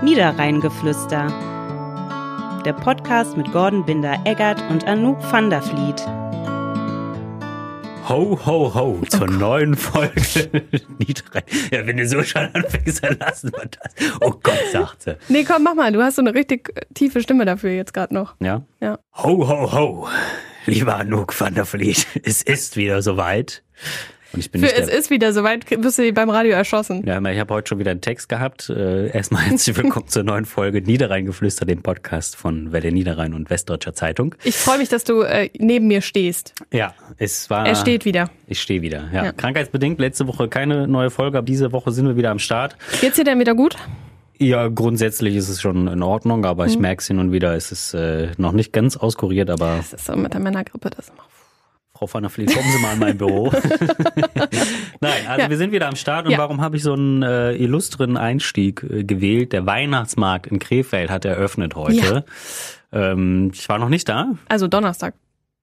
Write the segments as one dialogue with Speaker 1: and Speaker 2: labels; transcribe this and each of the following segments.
Speaker 1: Niederrheingeflüster. Der Podcast mit Gordon Binder-Eggert und Anouk van der Vliet.
Speaker 2: Ho, ho, ho,
Speaker 3: Oh
Speaker 2: zur neuen Folge Niederrhein. Ja, wenn du so schon anfängst, dann lassen wir das. Oh Gott, sagt sie.
Speaker 3: Nee, komm, mach mal. Du hast so eine richtig tiefe Stimme dafür jetzt gerade noch.
Speaker 2: Ja?
Speaker 3: Ja.
Speaker 2: Ho, ho, ho, lieber Anouk van der Vliet, es ist wieder soweit. Und ich bin
Speaker 3: Für
Speaker 2: nicht
Speaker 3: es
Speaker 2: der
Speaker 3: ist wieder soweit, wirst du beim Radio erschossen.
Speaker 2: ja, ich habe heute schon wieder einen Text gehabt. Äh, erstmal herzlich willkommen zur neuen Folge Niederrheingeflüster, dem Podcast von Welle Niederrhein und Westdeutscher Zeitung.
Speaker 3: Ich freue mich, dass du äh, neben mir stehst.
Speaker 2: Ja, es war.
Speaker 3: Er steht wieder.
Speaker 2: Ich stehe wieder. Ja.
Speaker 3: Ja.
Speaker 2: krankheitsbedingt letzte Woche keine neue Folge, aber diese Woche sind wir wieder am Start.
Speaker 3: Geht's dir denn wieder gut?
Speaker 2: Ja, grundsätzlich ist es schon in Ordnung, aber
Speaker 3: Mhm.
Speaker 2: ich merke es hin und wieder. Es ist äh, noch nicht ganz auskuriert, aber
Speaker 3: Das ist so mit der Männergrippe, das ist immer-
Speaker 2: Frau van der Vliet, kommen Sie mal in mein Büro. Nein, also wir sind wieder am Start und
Speaker 3: Ja.
Speaker 2: warum habe ich so einen äh, illustren Einstieg äh, gewählt? Der Weihnachtsmarkt in Krefeld hat eröffnet heute. Ähm, ich war noch nicht da.
Speaker 3: Also Donnerstag.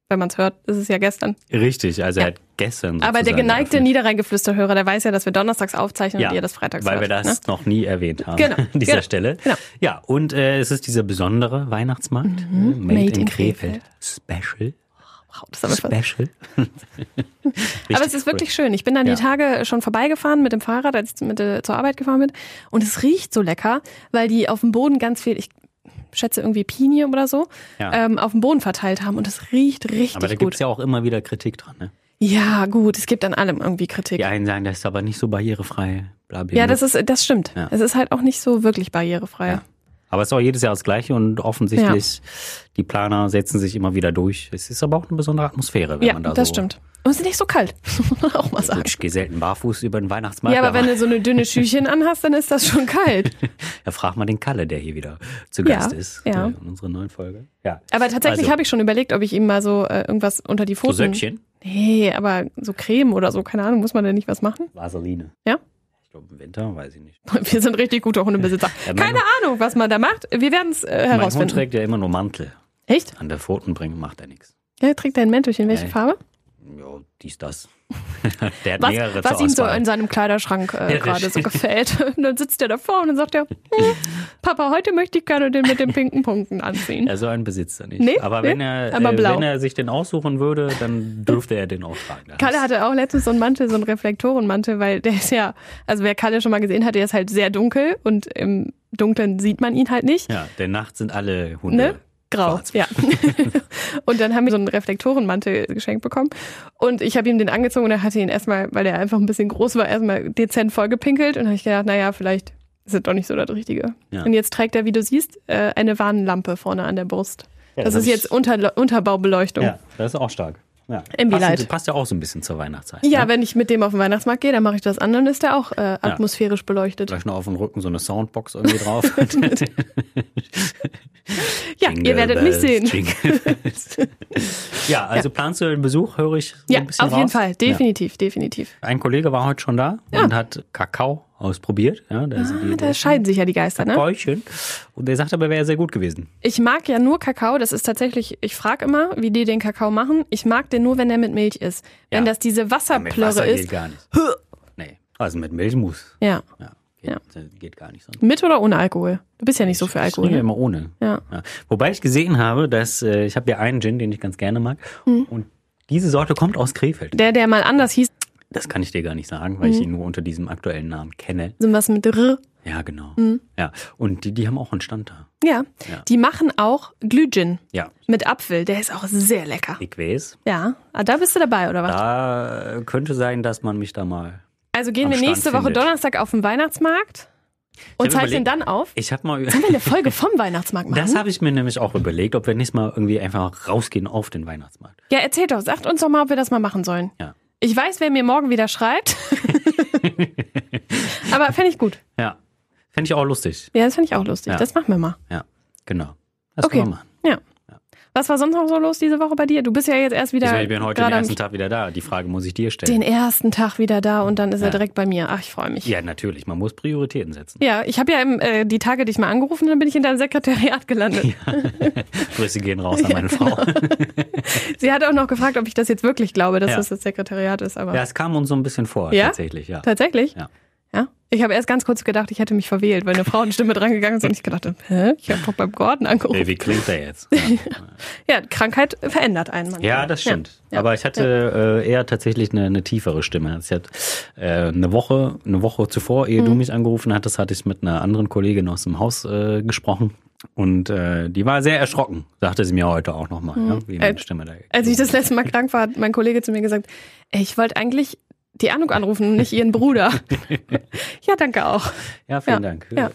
Speaker 3: Wenn man es hört, ist es ja gestern.
Speaker 2: Richtig, also
Speaker 3: Ja.
Speaker 2: er hat gestern
Speaker 3: Aber der
Speaker 2: sozusagen
Speaker 3: geneigte
Speaker 2: eröffnet.
Speaker 3: Niederrheingeflüsterhörer, der weiß ja, dass wir donnerstags aufzeichnen und ihr das freitags
Speaker 2: Weil wir
Speaker 3: hört,
Speaker 2: das
Speaker 3: ne?
Speaker 2: noch nie erwähnt haben
Speaker 3: Genau,
Speaker 2: an dieser
Speaker 3: genau,
Speaker 2: Stelle.
Speaker 3: genau.
Speaker 2: Ja, und äh, es ist dieser besondere Weihnachtsmarkt.
Speaker 3: Mhm.
Speaker 2: äh, Made, in, Krefeld. Special.
Speaker 3: Wow, das haben wir ver-
Speaker 2: Special.
Speaker 3: Aber es ist wirklich schön. Ich bin dann
Speaker 2: Ja.
Speaker 3: die Tage schon vorbeigefahren mit dem Fahrrad, als ich mit, äh, zur Arbeit gefahren bin. Und es riecht so lecker, weil die auf dem Boden ganz viel, ich schätze irgendwie Pinie oder so,
Speaker 2: Ja.
Speaker 3: ähm, auf dem Boden verteilt haben. Und es riecht richtig
Speaker 2: Aber da gibt
Speaker 3: gut.
Speaker 2: es ja auch immer wieder Kritik dran. Ne?
Speaker 3: Ja, gut, es gibt an allem irgendwie Kritik.
Speaker 2: Die
Speaker 3: Ja,
Speaker 2: einen sagen, das ist aber nicht so barrierefrei. Bla, bla,
Speaker 3: das
Speaker 2: bla.
Speaker 3: ist, das stimmt.
Speaker 2: Ja.
Speaker 3: Es ist halt auch nicht so wirklich barrierefrei.
Speaker 2: Ja. aber es ist auch jedes Jahr das Gleiche und offensichtlich die Planer setzen sich immer wieder durch. Es ist aber auch eine besondere Atmosphäre, wenn
Speaker 3: Ja,
Speaker 2: man da
Speaker 3: das
Speaker 2: so.
Speaker 3: stimmt. Und es ist nicht so kalt, muss man auch mal sagen.
Speaker 2: Gut, ich gehe selten barfuß über den Weihnachtsmarkt.
Speaker 3: Ja, aber wenn du so eine dünne Schüchen anhast, dann ist das schon kalt.
Speaker 2: Ja, frag mal den Kalle, der hier wieder zu
Speaker 3: Ja,
Speaker 2: Gast ist. äh,
Speaker 3: ja. Äh,
Speaker 2: In unserer neuen Folge. Ja.
Speaker 3: Aber tatsächlich
Speaker 2: Also-
Speaker 3: habe ich schon überlegt, ob ich ihm mal so äh, irgendwas unter die
Speaker 2: So
Speaker 3: Pfoten.
Speaker 2: Söckchen.
Speaker 3: Nee, aber so Creme oder so, keine Ahnung, muss man denn nicht was machen?
Speaker 2: Vaseline.
Speaker 3: Ja?
Speaker 2: Ich glaube, im Winter, weiß ich nicht.
Speaker 3: Wir sind richtig gute Hundebesitzer.
Speaker 2: Ja, mein-
Speaker 3: keine Ahnung, was man da macht. Wir werden es äh,
Speaker 2: Mein Hund
Speaker 3: herausfinden.
Speaker 2: trägt ja immer nur Mantel.
Speaker 3: Echt?
Speaker 2: An der Pfoten bringen macht er nichts.
Speaker 3: Ja, trägt er ein Mäntelchen. Welche
Speaker 2: Ja,
Speaker 3: Farbe?
Speaker 2: Ja, dies, das. der hat
Speaker 3: Was,
Speaker 2: mehrere
Speaker 3: was
Speaker 2: zur
Speaker 3: ihm so
Speaker 2: Auswahl.
Speaker 3: in seinem Kleiderschrank äh,
Speaker 2: Ja,
Speaker 3: gerade
Speaker 2: das-
Speaker 3: so gefällt. Und dann sitzt er davor und dann sagt er, hm, Papa, heute möchte ich gerne den mit den pinken Punkten anziehen.
Speaker 2: er so einen besitzt er nicht.
Speaker 3: Nee,
Speaker 2: aber
Speaker 3: nee,
Speaker 2: wenn, er,
Speaker 3: aber
Speaker 2: äh,
Speaker 3: blau.
Speaker 2: wenn er sich den aussuchen würde, dann dürfte er den auch tragen.
Speaker 3: Kalle hatte auch letztens so einen Mantel, so einen Reflektorenmantel, weil der ist ja, also wer Kalle schon mal gesehen hat, der ist halt sehr dunkel und im Dunkeln sieht man ihn halt nicht.
Speaker 2: Ja, denn nachts sind alle Hunde.
Speaker 3: ne? Grau,
Speaker 2: schwarz.
Speaker 3: ja. und dann haben wir so einen Reflektorenmantel geschenkt bekommen. Und ich habe ihm den angezogen und er hatte ihn erstmal, weil der einfach ein bisschen groß war, erstmal dezent vollgepinkelt. Und habe ich gedacht, naja, vielleicht ist es doch nicht so das Richtige.
Speaker 2: Ja.
Speaker 3: Und jetzt trägt er, wie du siehst, äh, eine Warnlampe vorne an der Brust.
Speaker 2: Ja,
Speaker 3: das
Speaker 2: das
Speaker 3: ist
Speaker 2: hab
Speaker 3: jetzt Unter Unterbaubeleuchtung.
Speaker 2: Ja, das ist auch stark. Ja.
Speaker 3: Ambilight.
Speaker 2: Passt, passt ja auch so ein bisschen zur Weihnachtszeit.
Speaker 3: Ja,
Speaker 2: ne?
Speaker 3: wenn ich mit dem auf den Weihnachtsmarkt gehe, dann mache ich das an, dann ist der auch äh, atmosphärisch beleuchtet.
Speaker 2: Gleich noch auf dem Rücken so eine Soundbox irgendwie drauf.
Speaker 3: Ja, ihr werdet mich
Speaker 2: Bells,
Speaker 3: sehen.
Speaker 2: Jingle Bells. ja, also planst du einen Besuch, höre ich so
Speaker 3: Ja,
Speaker 2: ein
Speaker 3: auf
Speaker 2: bisschen
Speaker 3: jeden
Speaker 2: raus?
Speaker 3: Fall,
Speaker 2: Ja.
Speaker 3: definitiv, definitiv.
Speaker 2: Ein Kollege war heute schon da
Speaker 3: Ja.
Speaker 2: und hat Kakao ausprobiert. Ja, da sind
Speaker 3: Ah,
Speaker 2: die
Speaker 3: da scheiden sich ja die Geister, ne?
Speaker 2: Bäuchchen. Und der sagt aber, wäre sehr gut gewesen.
Speaker 3: Ich mag ja nur Kakao, das ist tatsächlich, ich frage immer, wie die den Kakao machen. Ich mag den nur, wenn der mit Milch ist. Wenn
Speaker 2: Ja.
Speaker 3: das diese
Speaker 2: Mit
Speaker 3: Wasserplörre
Speaker 2: Wasser
Speaker 3: ist.
Speaker 2: geht gar nicht. Nee, also mit Milch muss.
Speaker 3: Ja.
Speaker 2: Ja, geht,
Speaker 3: Ja.
Speaker 2: geht gar nicht sonst.
Speaker 3: Mit oder ohne Alkohol? Du bist ja nicht so für Alkohol.
Speaker 2: Ich nehme
Speaker 3: Ne?
Speaker 2: immer ohne.
Speaker 3: Ja.
Speaker 2: Ja. Wobei ich gesehen habe, dass äh, ich habe ja einen Gin, den ich ganz gerne mag.
Speaker 3: Mhm.
Speaker 2: Und diese Sorte kommt aus Krefeld.
Speaker 3: Der, der mal anders hieß,
Speaker 2: Das kann ich dir gar nicht sagen, weil
Speaker 3: Mhm.
Speaker 2: ich ihn nur unter diesem aktuellen Namen kenne.
Speaker 3: so was mit R.
Speaker 2: Ja, genau.
Speaker 3: Mhm.
Speaker 2: Ja. Und die, die haben auch einen Stand da.
Speaker 3: Ja.
Speaker 2: Ja.
Speaker 3: Die machen auch Glühgin
Speaker 2: Ja.
Speaker 3: mit Apfel. Der ist auch sehr lecker.
Speaker 2: Ich weiß.
Speaker 3: Ja. Ah, da bist du dabei, oder was?
Speaker 2: Da äh, könnte sein, dass man mich da mal.
Speaker 3: also gehen
Speaker 2: am
Speaker 3: wir
Speaker 2: Stand
Speaker 3: nächste Woche
Speaker 2: findet.
Speaker 3: Donnerstag auf den Weihnachtsmarkt und
Speaker 2: hab
Speaker 3: zeichnen
Speaker 2: überlegt-
Speaker 3: dann auf.
Speaker 2: Ich habe mal.
Speaker 3: Können wir eine Folge vom Weihnachtsmarkt machen?
Speaker 2: Das habe ich mir nämlich auch überlegt, ob wir nächstes Mal irgendwie einfach rausgehen auf den Weihnachtsmarkt.
Speaker 3: Ja, erzählt doch, sagt uns doch mal, ob wir das mal machen sollen.
Speaker 2: Ja.
Speaker 3: Ich weiß, wer mir morgen wieder schreibt. Aber fände ich gut.
Speaker 2: Ja. Fände ich auch lustig.
Speaker 3: Ja, das fände ich auch lustig.
Speaker 2: Ja.
Speaker 3: Das machen wir mal.
Speaker 2: Ja. Genau. Das
Speaker 3: Okay.
Speaker 2: können wir machen.
Speaker 3: Ja. Was war sonst noch so los diese Woche bei dir? Du bist ja jetzt erst wieder.
Speaker 2: Ich, meine, ich bin heute den
Speaker 3: gerade am-
Speaker 2: ersten Tag wieder da. Die Frage muss ich dir stellen.
Speaker 3: den ersten Tag wieder da und dann ist
Speaker 2: Ja.
Speaker 3: er direkt bei mir. Ach, ich freue mich.
Speaker 2: ja, natürlich. Man muss Prioritäten setzen.
Speaker 3: Ja, ich habe ja im, äh, die Tage dich mal angerufen und dann bin ich in deinem Sekretariat gelandet.
Speaker 2: Grüße gehen raus an meine Frau.
Speaker 3: Sie hat auch noch gefragt, ob ich das jetzt wirklich glaube, dass
Speaker 2: Ja.
Speaker 3: das das Sekretariat ist. Aber
Speaker 2: Ja, es kam uns so ein bisschen vor,
Speaker 3: Ja?
Speaker 2: tatsächlich. Ja.
Speaker 3: tatsächlich?
Speaker 2: Ja.
Speaker 3: Ja? Ich habe erst ganz kurz gedacht, ich hätte mich verwählt, weil eine Frauenstimme drangegangen ist und ich gedacht, habe, hä? Ich habe doch beim Gordon angerufen.
Speaker 2: Ey, wie klingt der jetzt?
Speaker 3: Ja, Krankheit verändert einen manchmal.
Speaker 2: Ja, das stimmt.
Speaker 3: Ja.
Speaker 2: Aber ich hatte äh, eher tatsächlich eine, eine tiefere Stimme. Also Ich hatte äh, eine Woche, eine Woche zuvor, ehe du mich angerufen hattest, hatte ich mit einer anderen Kollegin aus dem Haus äh, gesprochen. Und äh, die war sehr erschrocken, sagte sie mir heute auch nochmal, ja, wie meine
Speaker 3: Äh,
Speaker 2: Stimme da
Speaker 3: Als ich das letzte Mal krank war, hat mein Kollege zu mir gesagt, ey, ich wollte eigentlich die Anuk anrufen, nicht ihren Bruder. ja, danke auch.
Speaker 2: Ja, vielen
Speaker 3: Ja,
Speaker 2: Dank.
Speaker 3: Ja.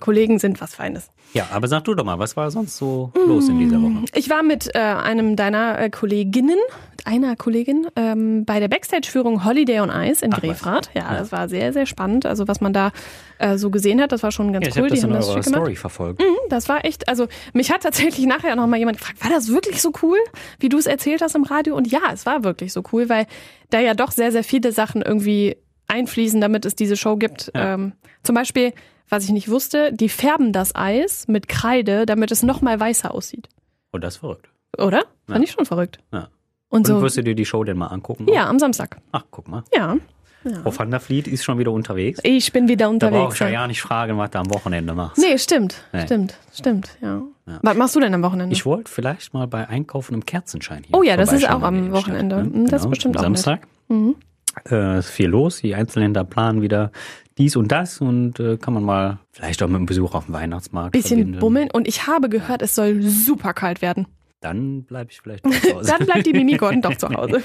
Speaker 3: Kollegen sind was Feines.
Speaker 2: Ja, aber sag du doch mal, was war sonst so los in dieser Woche?
Speaker 3: Ich war mit äh, einem deiner äh, Kolleginnen, mit einer Kollegin, ähm, bei der Backstage-Führung Holiday on Ice in
Speaker 2: Ach was.
Speaker 3: Grefrath. Ja, das war sehr, sehr spannend. Also was man da äh, so gesehen hat, das war schon ganz
Speaker 2: Ja, ich
Speaker 3: cool.
Speaker 2: habe das Mhm.
Speaker 3: Die haben
Speaker 2: in
Speaker 3: das
Speaker 2: eurer
Speaker 3: schick gemacht.
Speaker 2: Story verfolgt.
Speaker 3: Das war echt, also mich hat tatsächlich nachher noch mal jemand gefragt, war das wirklich so cool, wie du es erzählt hast im Radio? Und ja, es war wirklich so cool, weil da ja doch sehr, sehr viele Sachen irgendwie einfließen, damit es diese Show gibt.
Speaker 2: Ja.
Speaker 3: Ähm, zum Beispiel, was ich nicht wusste, die färben das Eis mit Kreide, damit es noch mal weißer aussieht.
Speaker 2: Und das ist verrückt.
Speaker 3: Oder?
Speaker 2: Ja.
Speaker 3: Fand ich schon verrückt.
Speaker 2: Ja.
Speaker 3: Und,
Speaker 2: Und
Speaker 3: so,
Speaker 2: wirst du dir die Show denn mal angucken?
Speaker 3: ja, am Samstag.
Speaker 2: Ach, guck mal.
Speaker 3: Ja.
Speaker 2: Frau Van der Vliet ist schon wieder unterwegs.
Speaker 3: Ich bin wieder
Speaker 2: Da brauche
Speaker 3: unterwegs.
Speaker 2: ich ja ja nicht fragen, was du am Wochenende machst.
Speaker 3: Nee, stimmt.
Speaker 2: Nee.
Speaker 3: Stimmt, stimmt, ja.
Speaker 2: Ja.
Speaker 3: Was machst du denn am Wochenende?
Speaker 2: Ich wollte vielleicht mal bei Einkaufen im Kerzenschein hier.
Speaker 3: Oh ja, das ist
Speaker 2: vorbeischauen
Speaker 3: auch am
Speaker 2: in der Innenstadt, ne? Genau,
Speaker 3: Wochenende. Mhm, das ist bestimmt
Speaker 2: am
Speaker 3: auch Mhm. nett.
Speaker 2: Samstag. Äh, ist viel los. Die Einzelhändler planen wieder dies und das und äh, kann man mal vielleicht auch mit einem Besuch auf dem Weihnachtsmarkt.
Speaker 3: Bisschen
Speaker 2: verbinden.
Speaker 3: bummeln und ich habe gehört, es soll super kalt werden.
Speaker 2: Dann bleibe ich vielleicht zu Hause.
Speaker 3: Also Dann bleibt die Mimi Gordon doch zu Hause.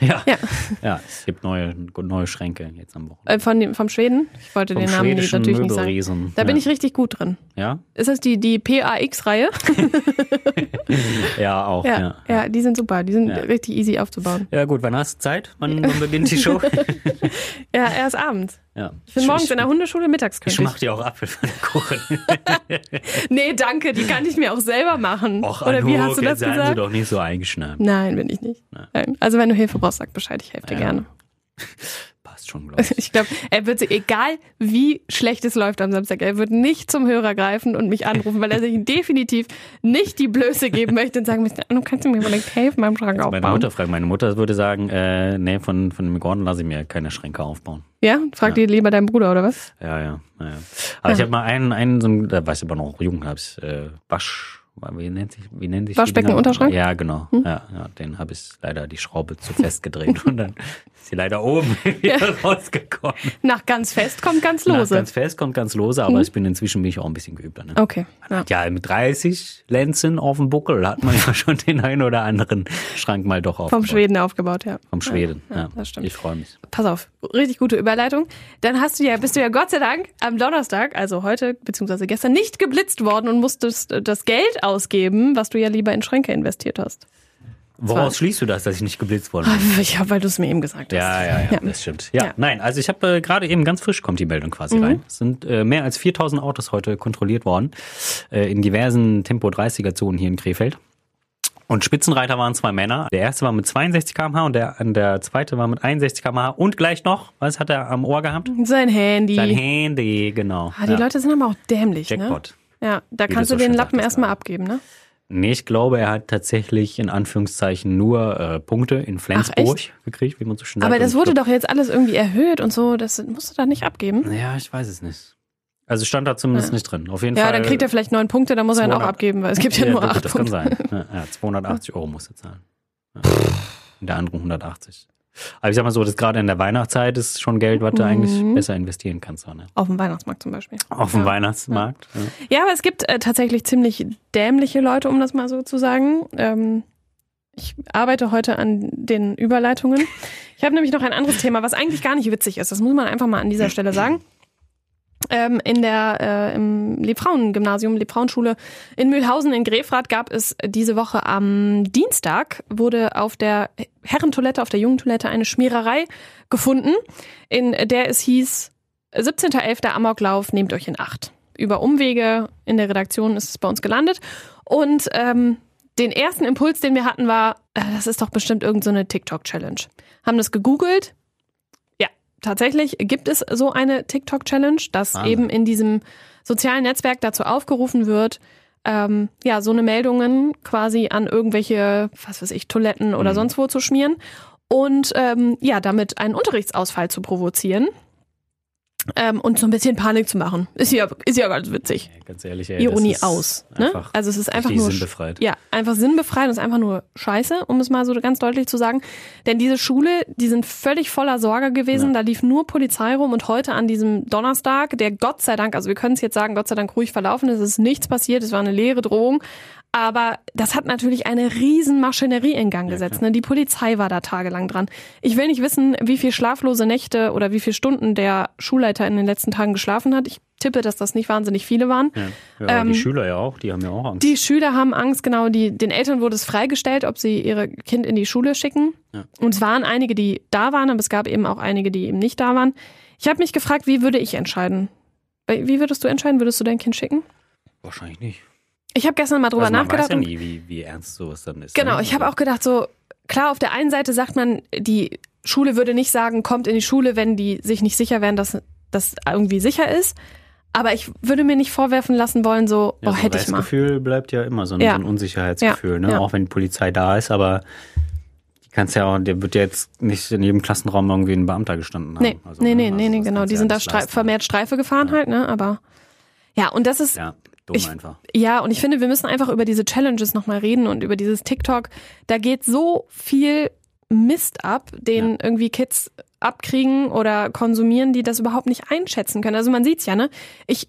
Speaker 2: ja.
Speaker 3: Ja.
Speaker 2: Ja. es gibt neue, neue Schränke jetzt am Wochenende.
Speaker 3: Äh, Von dem, vom Schweden? Ich wollte den Namen nicht-
Speaker 2: schwedischen
Speaker 3: natürlich nicht sagen.
Speaker 2: Möbelriesen.
Speaker 3: Da bin
Speaker 2: ja.
Speaker 3: ich richtig gut drin.
Speaker 2: Ja?
Speaker 3: Ist das die, die PAX-Reihe?
Speaker 2: ja, auch.
Speaker 3: Ja,
Speaker 2: Ja.
Speaker 3: ja, die sind super. Die sind
Speaker 2: Ja.
Speaker 3: richtig easy aufzubauen.
Speaker 2: Ja, gut, wann hast du Zeit? Wann, wann beginnt die Show?
Speaker 3: Ja, erst abends.
Speaker 2: ja.
Speaker 3: Ich bin morgens
Speaker 2: ich,
Speaker 3: in der Hundeschule, mittags
Speaker 2: Ich
Speaker 3: könnte
Speaker 2: mach dir auch Apfelpfannkuchen.
Speaker 3: ich. Nee, danke, die kann ich mir auch selber machen.
Speaker 2: Och,
Speaker 3: Oder wie
Speaker 2: Anouk,
Speaker 3: hast du
Speaker 2: jetzt
Speaker 3: das
Speaker 2: seien Sie
Speaker 3: gesagt?
Speaker 2: doch nicht so eingeschnappt.
Speaker 3: Nein, bin ich nicht. Nein. Also wenn du Hilfe brauchst, sag Bescheid, ich helfe dir
Speaker 2: Ja.
Speaker 3: gerne.
Speaker 2: Passt schon, glaube ich.
Speaker 3: Ich glaube, er wird, egal wie schlecht es läuft am Samstag, er wird nicht zum Hörer greifen und mich anrufen, weil er sich definitiv nicht die Blöße geben möchte und sagen möchte, "Anu, kannst du mir vielleicht helfen beim Schrank
Speaker 2: Meine
Speaker 3: aufbauen?
Speaker 2: Mutter fragt, meine Mutter würde sagen, äh, nee, von, von dem Gordon lasse ich mir keine Schränke aufbauen.
Speaker 3: Ja, frag dir lieber deinen Bruder oder was?
Speaker 2: Ja, ja, ja. ja. Aber ich habe mal einen, einen, so einen, da war ich aber noch jung, habe ich äh, Wasch, wie nennt sich, wie nennt sich die
Speaker 3: Waschbecken,
Speaker 2: Dinger?
Speaker 3: Hm? Unterschrank?
Speaker 2: Ja, genau. Ja, ja, den habe ich leider die Schraube zu fest gedreht und dann ist sie leider oben wieder rausgekommen.
Speaker 3: Nach ganz fest kommt ganz
Speaker 2: Na,
Speaker 3: lose. Hm?
Speaker 2: Ganz fest kommt ganz lose, aber ich bin inzwischen bin ich auch ein bisschen geübter. Ne?
Speaker 3: okay. Ja.
Speaker 2: Ja, mit 30 Lenzen auf dem Buckel hat man ja schon den einen oder anderen Schrank mal doch auf.
Speaker 3: Vom Schweden aufgebaut, Ah, ja.
Speaker 2: Vom Schweden. Ja,
Speaker 3: das stimmt.
Speaker 2: Ich freue mich.
Speaker 3: Pass auf, richtig gute Überleitung. Dann hast du ja, bist du ja Gott sei Dank am Donnerstag, also heute beziehungsweise gestern, nicht geblitzt worden und musstest äh, das Geld ausgeben, was du ja lieber in Schränke investiert hast.
Speaker 2: Woraus schließt du das, dass ich nicht geblitzt wurde?
Speaker 3: Ich hab, weil du es mir eben gesagt hast.
Speaker 2: Ja, ja, ja, das stimmt. Ja,
Speaker 3: Ja. Mhm.
Speaker 2: nein, also ich habe äh, gerade eben ganz frisch kommt die Meldung quasi rein. Es sind äh, mehr als 4000 Autos heute kontrolliert worden äh, in diversen Tempo 30er Zonen hier in Krefeld. Und Spitzenreiter waren zwei Männer. Der erste war mit 62 km/h und der, der zweite war mit 61 km/h. Und gleich noch, was hat er am Ohr gehabt?
Speaker 3: Sein Handy.
Speaker 2: Sein Handy, genau.
Speaker 3: Ah, die
Speaker 2: Ja.
Speaker 3: Leute sind aber auch dämlich,
Speaker 2: Jackpot.
Speaker 3: ne? Ja, da
Speaker 2: Wie
Speaker 3: kannst
Speaker 2: du
Speaker 3: du
Speaker 2: so
Speaker 3: den
Speaker 2: schön
Speaker 3: Lappen
Speaker 2: sagtest,
Speaker 3: erstmal
Speaker 2: ja.
Speaker 3: abgeben, ne?
Speaker 2: Nee, ich glaube, er hat tatsächlich in Anführungszeichen nur äh, Punkte in Flensburg gekriegt, wie man so schön sagt.
Speaker 3: Aber das
Speaker 2: Und ich
Speaker 3: wurde doch jetzt alles irgendwie erhöht und so, das musst du da nicht abgeben.
Speaker 2: Ja, ich weiß es nicht. Also stand da zumindest nicht drin. Auf jeden
Speaker 3: Ja,
Speaker 2: Fall.
Speaker 3: dann kriegt er vielleicht neun Punkte, dann muss er ihn auch
Speaker 2: 200.
Speaker 3: abgeben, weil es gibt ja, nur
Speaker 2: gut,
Speaker 3: acht
Speaker 2: Das kann
Speaker 3: Punkte.
Speaker 2: sein. Ja, ja, 280 Euro musste zahlen. Ja. Und der andere 180. Aber ich sag mal so, das gerade in der Weihnachtszeit ist schon Geld, was du
Speaker 3: Mhm.
Speaker 2: eigentlich besser investieren kannst. Auch, ne?
Speaker 3: Auf dem Weihnachtsmarkt zum Beispiel.
Speaker 2: Auf dem Weihnachtsmarkt. Ja.
Speaker 3: Ja, aber es gibt äh, tatsächlich ziemlich dämliche Leute, um das mal so zu sagen. Ähm, ich arbeite heute an den Überleitungen. Ich habe nämlich noch ein anderes Thema, was eigentlich gar nicht witzig ist. Das muss man einfach mal an dieser Stelle sagen. Ähm, in der äh, im Lebfrauen-Gymnasium, Lebfrauenschule in Mühlhausen in Grefrath gab es diese Woche am Dienstag wurde auf der Herrentoilette, auf der Jungentoilette eine Schmiererei gefunden, in der es hieß 17.11. Amoklauf, nehmt euch in Acht. Über Umwege in der Redaktion ist es bei uns gelandet. Und ähm, den ersten Impuls, den wir hatten, war, äh, das ist doch bestimmt irgendeine so eine TikTok-Challenge. Haben das gegoogelt. Ja, tatsächlich gibt es so eine TikTok-Challenge, dass
Speaker 2: Wahnsinn.
Speaker 3: eben in diesem sozialen Netzwerk dazu aufgerufen wird, ähm, ja, so eine Meldungen quasi an irgendwelche, was weiß ich, Toiletten oder
Speaker 2: Mhm.
Speaker 3: sonst wo zu schmieren und ähm, ja, damit einen Unterrichtsausfall zu provozieren. Ähm, und so ein bisschen Panik zu machen. Ist ja, ist ja ganz witzig.
Speaker 2: Ja, ganz ehrlich, ey, das
Speaker 3: Ironie
Speaker 2: ist
Speaker 3: aus. Ne?
Speaker 2: einfach
Speaker 3: Also es ist einfach
Speaker 2: richtig
Speaker 3: nur
Speaker 2: sinnbefreit.
Speaker 3: Ja, einfach sinnbefreit und es ist einfach nur Scheiße, um es mal so ganz deutlich zu sagen. Denn diese Schule, die sind völlig voller Sorge gewesen. Da lief nur Polizei rum und heute an diesem Donnerstag, der Gott sei Dank, also wir können es jetzt sagen, Gott sei Dank ruhig verlaufen, ist, es ist nichts passiert, es war eine leere Drohung. Aber das hat natürlich eine riesen Maschinerie in Gang gesetzt. Ne? Die Polizei war da tagelang dran. Ich will nicht wissen, wie viel schlaflose Nächte oder wie viele Stunden der Schulleiter in den letzten Tagen geschlafen hat. Ich tippe, dass das nicht wahnsinnig viele waren.
Speaker 2: Ja, ja
Speaker 3: Ähm,
Speaker 2: die Schüler ja auch, die haben ja auch Angst.
Speaker 3: Die Schüler haben Angst, genau. Die, den Eltern wurde es freigestellt, ob sie ihre Kind in die Schule schicken.
Speaker 2: Ja.
Speaker 3: Und es waren einige, die da waren, aber es gab eben auch einige, die eben nicht da waren. Ich habe mich gefragt, wie würde ich entscheiden? Äh, Wie würdest du entscheiden? Würdest du dein Kind schicken?
Speaker 2: Wahrscheinlich nicht.
Speaker 3: Ich habe gestern mal drüber
Speaker 2: also man
Speaker 3: nachgedacht.
Speaker 2: weiß
Speaker 3: und-
Speaker 2: ja nie, wie, wie ernst sowas dann ist.
Speaker 3: Genau,
Speaker 2: ne?
Speaker 3: ich habe auch gedacht, so klar, auf der einen Seite sagt man, die Schule würde nicht sagen, kommt in die Schule, wenn die sich nicht sicher wären, dass das irgendwie sicher ist. Aber ich würde mir nicht vorwerfen lassen wollen, so,
Speaker 2: Ja,
Speaker 3: oh,
Speaker 2: so ein
Speaker 3: hätte ich mal.
Speaker 2: Restgefühl bleibt ja immer so ein,
Speaker 3: Ja.
Speaker 2: so ein Unsicherheitsgefühl,
Speaker 3: Ja,
Speaker 2: ne?
Speaker 3: ja.
Speaker 2: Auch wenn die Polizei da ist, aber die kannst ja auch, der wird ja jetzt nicht in jedem Klassenraum irgendwie ein Beamter gestanden haben.
Speaker 3: Nee,
Speaker 2: Also,
Speaker 3: nee,
Speaker 2: ne,
Speaker 3: nee,
Speaker 2: also
Speaker 3: nee, nee,
Speaker 2: das
Speaker 3: genau.
Speaker 2: kannst du
Speaker 3: Die
Speaker 2: ja
Speaker 3: sind da
Speaker 2: nicht
Speaker 3: strei
Speaker 2: leisten.
Speaker 3: vermehrt Streife gefahren halt, ne? Aber ja, und das ist,
Speaker 2: Ja, dumm
Speaker 3: Ich-
Speaker 2: einfach.
Speaker 3: Ja, und ich finde, wir müssen einfach über diese Challenges nochmal reden und über dieses TikTok. Da geht so viel Mist ab, den irgendwie Kids abkriegen oder konsumieren, die das überhaupt nicht einschätzen können. Also man sieht's ja, ne? Ich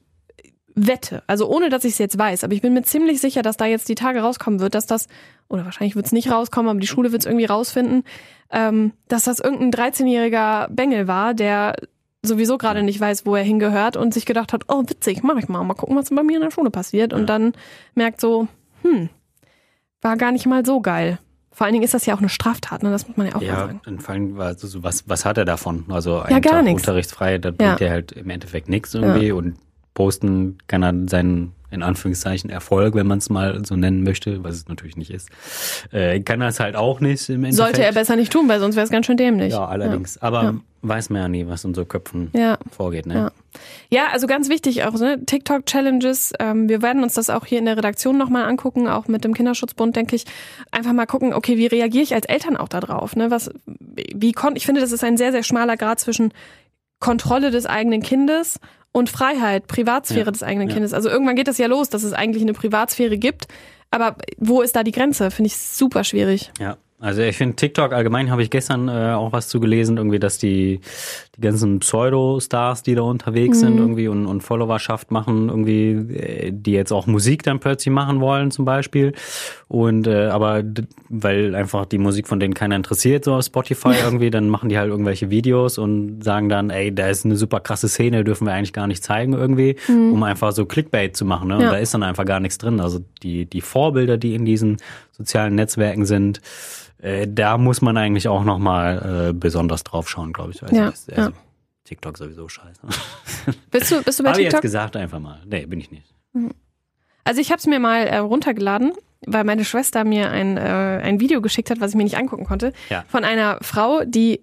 Speaker 3: wette, also ohne dass ich es jetzt weiß, aber ich bin mir ziemlich sicher, dass da jetzt die Tage rauskommen wird, dass das, oder wahrscheinlich wird's nicht rauskommen, aber die Schule wird's irgendwie rausfinden, ähm, dass das irgendein 13-jähriger Bengel war, der sowieso gerade nicht weiß, wo er hingehört und sich gedacht hat, oh witzig, mach ich mal, mal gucken, was bei mir in der Schule passiert und
Speaker 2: Ja.
Speaker 3: dann merkt so, hm, war gar nicht mal so geil. Vor allen Dingen ist das ja auch eine Straftat, ne? das muss man ja auch mal
Speaker 2: Ja,
Speaker 3: sagen.
Speaker 2: und vor allem, also, so was, was hat er davon? Also ein
Speaker 3: Ja, gar
Speaker 2: Tag
Speaker 3: nichts.
Speaker 2: unterrichtsfrei, das
Speaker 3: Ja.
Speaker 2: bringt ja halt im Endeffekt nichts irgendwie und posten kann er seinen in Anführungszeichen Erfolg, wenn man es mal so nennen möchte, was es natürlich nicht ist. Äh, kann er es halt auch nicht im Endeffekt.
Speaker 3: Sollte er besser nicht tun, weil sonst wäre es ganz schön dämlich.
Speaker 2: Ja, allerdings. Aber
Speaker 3: Ja.
Speaker 2: weiß man ja nie, was in so Köpfen
Speaker 3: Ja. ja.
Speaker 2: vorgeht, ne?
Speaker 3: Ja. Ja, also ganz wichtig auch, ne? TikTok-Challenges. Ähm, wir werden uns das auch hier in der Redaktion nochmal angucken, auch mit dem Kinderschutzbund, denke ich. Einfach mal gucken, okay, wie reagiere ich als Eltern auch darauf? Ne? Was, wie kon ich finde, das ist ein sehr, sehr schmaler Grad zwischen Kontrolle des eigenen Kindes und Freiheit, Privatsphäre
Speaker 2: Ja,
Speaker 3: des eigenen
Speaker 2: ja.
Speaker 3: Kindes. Also irgendwann geht das ja los, dass es eigentlich eine Privatsphäre gibt. Aber wo ist da die Grenze? Finde ich super schwierig.
Speaker 2: Ja, also ich finde TikTok allgemein habe ich gestern äh, auch was zu gelesen, irgendwie, dass die, die ganzen Pseudo-Stars, die da unterwegs sind irgendwie und, und Followerschaft machen, irgendwie, äh, die jetzt auch Musik dann plötzlich machen wollen zum Beispiel. Und äh, aber d- weil einfach die Musik von denen keiner interessiert, so auf Spotify irgendwie, dann machen die halt irgendwelche Videos und sagen dann, ey, da ist eine super krasse Szene, dürfen wir eigentlich gar nicht zeigen irgendwie, um einfach so Clickbait zu machen. Ne? Und
Speaker 3: Ja.
Speaker 2: da ist dann einfach gar nichts drin. Also die, die Vorbilder, die in diesen sozialen Netzwerken sind, äh, da muss man eigentlich auch nochmal äh, besonders drauf schauen, glaube ich. Also,
Speaker 3: Ja,
Speaker 2: das- also,
Speaker 3: ja.
Speaker 2: TikTok sowieso scheiße.
Speaker 3: Bist du, bist du bei
Speaker 2: Habe ich jetzt
Speaker 3: TikTok?
Speaker 2: gesagt einfach mal. Nee, bin ich nicht.
Speaker 3: Also ich habe es mir mal äh, runtergeladen, weil meine Schwester mir ein, äh, ein Video geschickt hat, was ich mir nicht angucken konnte,
Speaker 2: Ja.
Speaker 3: von einer Frau, die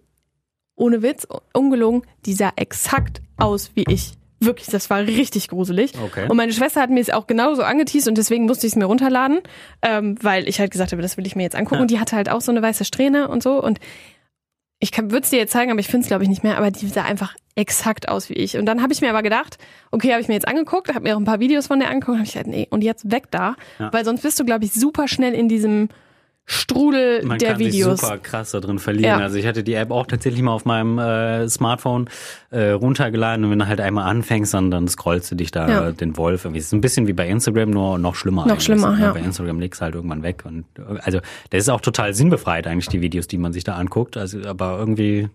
Speaker 3: ohne Witz, ungelogen, die sah exakt aus wie ich. Wirklich, das war richtig gruselig.
Speaker 2: Okay.
Speaker 3: Und meine Schwester hat mir es auch genauso angeteased und deswegen musste ich es mir runterladen, ähm, weil ich halt gesagt habe, das will ich mir jetzt angucken.
Speaker 2: Ja.
Speaker 3: Und die hatte halt auch so eine weiße Strähne und so. Und ich würde es dir jetzt zeigen, aber ich finde es, glaube ich, nicht mehr. Aber die sah einfach exakt aus wie ich. Und dann habe ich mir aber gedacht, okay, habe ich mir jetzt angeguckt, habe mir auch ein paar Videos von der angeguckt und habe ich gedacht, nee, und jetzt weg da.
Speaker 2: Ja.
Speaker 3: Weil sonst bist du, glaube ich, super schnell in diesem Strudel
Speaker 2: Man
Speaker 3: der
Speaker 2: kann
Speaker 3: Videos.
Speaker 2: sich super krass da drin verlieren.
Speaker 3: Ja.
Speaker 2: Also ich hatte die App auch tatsächlich mal auf meinem äh, Smartphone äh, runtergeladen und wenn du halt einmal anfängst, dann, dann scrollst du dich da
Speaker 3: Ja.
Speaker 2: äh, den Wolf. Irgendwie. Es ist ein bisschen wie bei Instagram, nur noch schlimmer.
Speaker 3: Noch
Speaker 2: eigentlich.
Speaker 3: schlimmer, ja.
Speaker 2: Bei Instagram legst du halt irgendwann weg. Und äh, also das ist auch total sinnbefreit eigentlich, die Videos, die man sich da anguckt. Also aber irgendwie,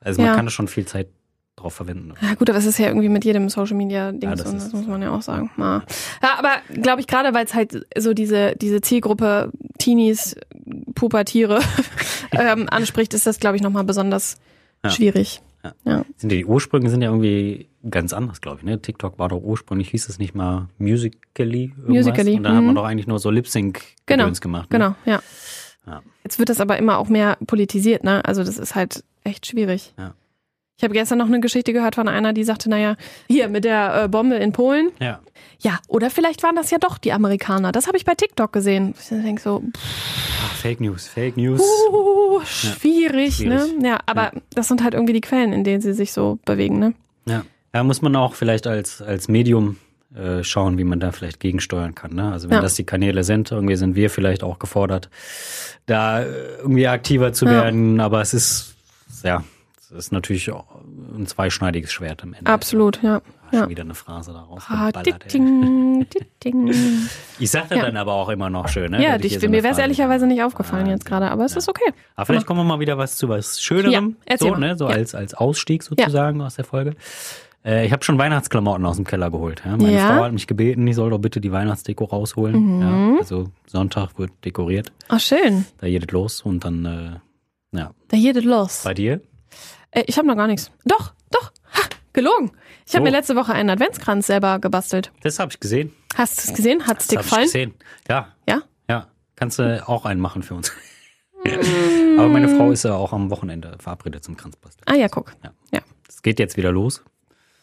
Speaker 2: also man
Speaker 3: Ja.
Speaker 2: kann da schon viel Zeit drauf verwenden.
Speaker 3: Ja gut, aber es ist ja irgendwie mit jedem Social Media Ding
Speaker 2: Ja,
Speaker 3: so,
Speaker 2: das
Speaker 3: ne?
Speaker 2: ist-
Speaker 3: das muss man ja auch sagen. Ja, ja aber glaube ich gerade, weil es halt so diese diese Zielgruppe Teenies, Pubertiere ähm, anspricht, ist das glaube ich noch mal besonders
Speaker 2: Ja.
Speaker 3: schwierig.
Speaker 2: Sind ja die Ursprünge sind ja irgendwie ganz anders, glaube ich. Ne? TikTok war doch ursprünglich, hieß es nicht mal Musically irgendwas.
Speaker 3: Musical.ly,
Speaker 2: Und dann hat
Speaker 3: mhm.
Speaker 2: man doch eigentlich nur so Lip-Sync-Gedöns gemacht. Ne?
Speaker 3: Genau, ja.
Speaker 2: Ja.
Speaker 3: Jetzt wird das aber immer auch mehr politisiert, ne? Also das ist halt echt schwierig.
Speaker 2: Ja.
Speaker 3: Ich habe gestern noch eine Geschichte gehört von einer, die sagte, naja, hier mit der äh, Bombe in Polen.
Speaker 2: Ja.
Speaker 3: Ja, oder vielleicht waren das ja doch die Amerikaner. Das habe ich bei TikTok gesehen. Ich denke so,
Speaker 2: Ach, Fake News, Fake News.
Speaker 3: Uh, schwierig,
Speaker 2: schwierig.
Speaker 3: ne? Ja, aber das sind halt irgendwie die Quellen, in denen sie sich so bewegen, ne?
Speaker 2: Ja. Da muss man auch vielleicht als, als Medium äh, schauen, wie man da vielleicht gegensteuern kann. Ne? Also wenn
Speaker 3: Ja.
Speaker 2: das die Kanäle sind, irgendwie sind wir vielleicht auch gefordert, da äh, irgendwie aktiver zu
Speaker 3: Ja.
Speaker 2: werden. Aber es ist, ja, es ist natürlich auch ein zweischneidiges Schwert am Ende.
Speaker 3: Absolut, ja.
Speaker 2: Schon
Speaker 3: ja.
Speaker 2: wieder eine Phrase daraus.
Speaker 3: Ah,
Speaker 2: geballert, ey.
Speaker 3: ding, ding.
Speaker 2: Ich sagte
Speaker 3: Ja.
Speaker 2: dann aber auch immer noch schön. Ne?
Speaker 3: Ja,
Speaker 2: dass ich
Speaker 3: dich,
Speaker 2: hier so eine
Speaker 3: mir wäre es
Speaker 2: Phrase-
Speaker 3: ehrlicherweise nicht aufgefallen jetzt gerade, aber es ist okay.
Speaker 2: Aber vielleicht kommen wir mal wieder was zu was Schönerem,
Speaker 3: Ja, erzähl
Speaker 2: so,
Speaker 3: mal.
Speaker 2: ne? so
Speaker 3: Ja.
Speaker 2: als, als Ausstieg sozusagen aus der Folge. Äh, ich habe schon Weihnachtsklamotten aus dem Keller geholt. Ja? Meine
Speaker 3: Ja. Mhm.
Speaker 2: Frau hat mich gebeten, ich soll doch bitte die Weihnachtsdeko rausholen. Ja? Also Sonntag wird dekoriert,
Speaker 3: Ach, Ah, schön.
Speaker 2: da geht es los und dann, äh, ja,
Speaker 3: Da geht es los.
Speaker 2: bei dir.
Speaker 3: Äh, ich habe noch gar nichts. Doch, doch. Ha, gelogen. Ich habe
Speaker 2: Oh.
Speaker 3: mir letzte Woche einen Adventskranz selber gebastelt.
Speaker 2: Das habe ich gesehen.
Speaker 3: Hast du es gesehen? Hat's dir
Speaker 2: Das habe ich
Speaker 3: gefallen?
Speaker 2: gesehen. Ja,
Speaker 3: Ja?
Speaker 2: ja. Kannst du auch einen machen für uns.
Speaker 3: Mm.
Speaker 2: Aber meine Frau ist ja auch am Wochenende verabredet zum Kranzbasteln.
Speaker 3: Ah ja, guck.
Speaker 2: Ja.
Speaker 3: Ja.
Speaker 2: Es geht jetzt wieder los.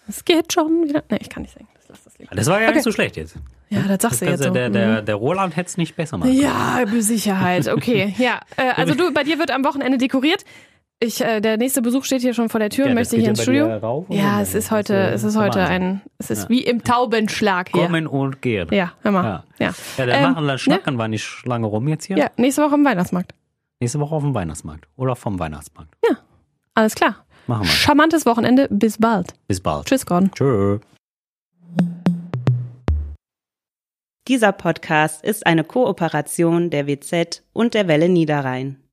Speaker 3: Es geht schon wieder. Nee, ich kann nicht singen. Das lass das lieber.
Speaker 2: Das war ja
Speaker 3: Okay.
Speaker 2: nicht so schlecht jetzt.
Speaker 3: Ja, das sagst
Speaker 2: Das
Speaker 3: du jetzt
Speaker 2: kannst du-
Speaker 3: so.
Speaker 2: Also, der,
Speaker 3: Mhm.
Speaker 2: der, der Roland hätte es nicht besser machen können.
Speaker 3: Ja, mit Sicherheit. Okay, ja. Äh, also du, bei dir wird am Wochenende dekoriert. Ich, äh, der nächste Besuch steht hier schon vor der Tür und
Speaker 2: das
Speaker 3: möchte
Speaker 2: geht
Speaker 3: hier
Speaker 2: ja
Speaker 3: ins
Speaker 2: bei
Speaker 3: Studio.
Speaker 2: dir rauf und
Speaker 3: ja,
Speaker 2: runter.
Speaker 3: es ist
Speaker 2: Das
Speaker 3: heute,
Speaker 2: ja-
Speaker 3: es ist
Speaker 2: der
Speaker 3: heute
Speaker 2: Wahnsinn.
Speaker 3: ein, es ist wie im Taubenschlag hier.
Speaker 2: Kommen und gehen.
Speaker 3: Ja, hör mal.
Speaker 2: Ja.
Speaker 3: Ja.
Speaker 2: Ja, dann
Speaker 3: Ähm, ne?
Speaker 2: machen dann schnackern wir nicht lange rum jetzt hier.
Speaker 3: Ja, nächste Woche am Weihnachtsmarkt.
Speaker 2: Nächste Woche auf dem Weihnachtsmarkt oder vom Weihnachtsmarkt.
Speaker 3: Alles klar.
Speaker 2: Machen wir.
Speaker 3: Charmantes Wochenende. Bis bald.
Speaker 2: Bis bald.
Speaker 3: Tschüss, Gordon.
Speaker 2: Tschö.
Speaker 1: Dieser Podcast ist eine Kooperation der WZ und der Welle Niederrhein.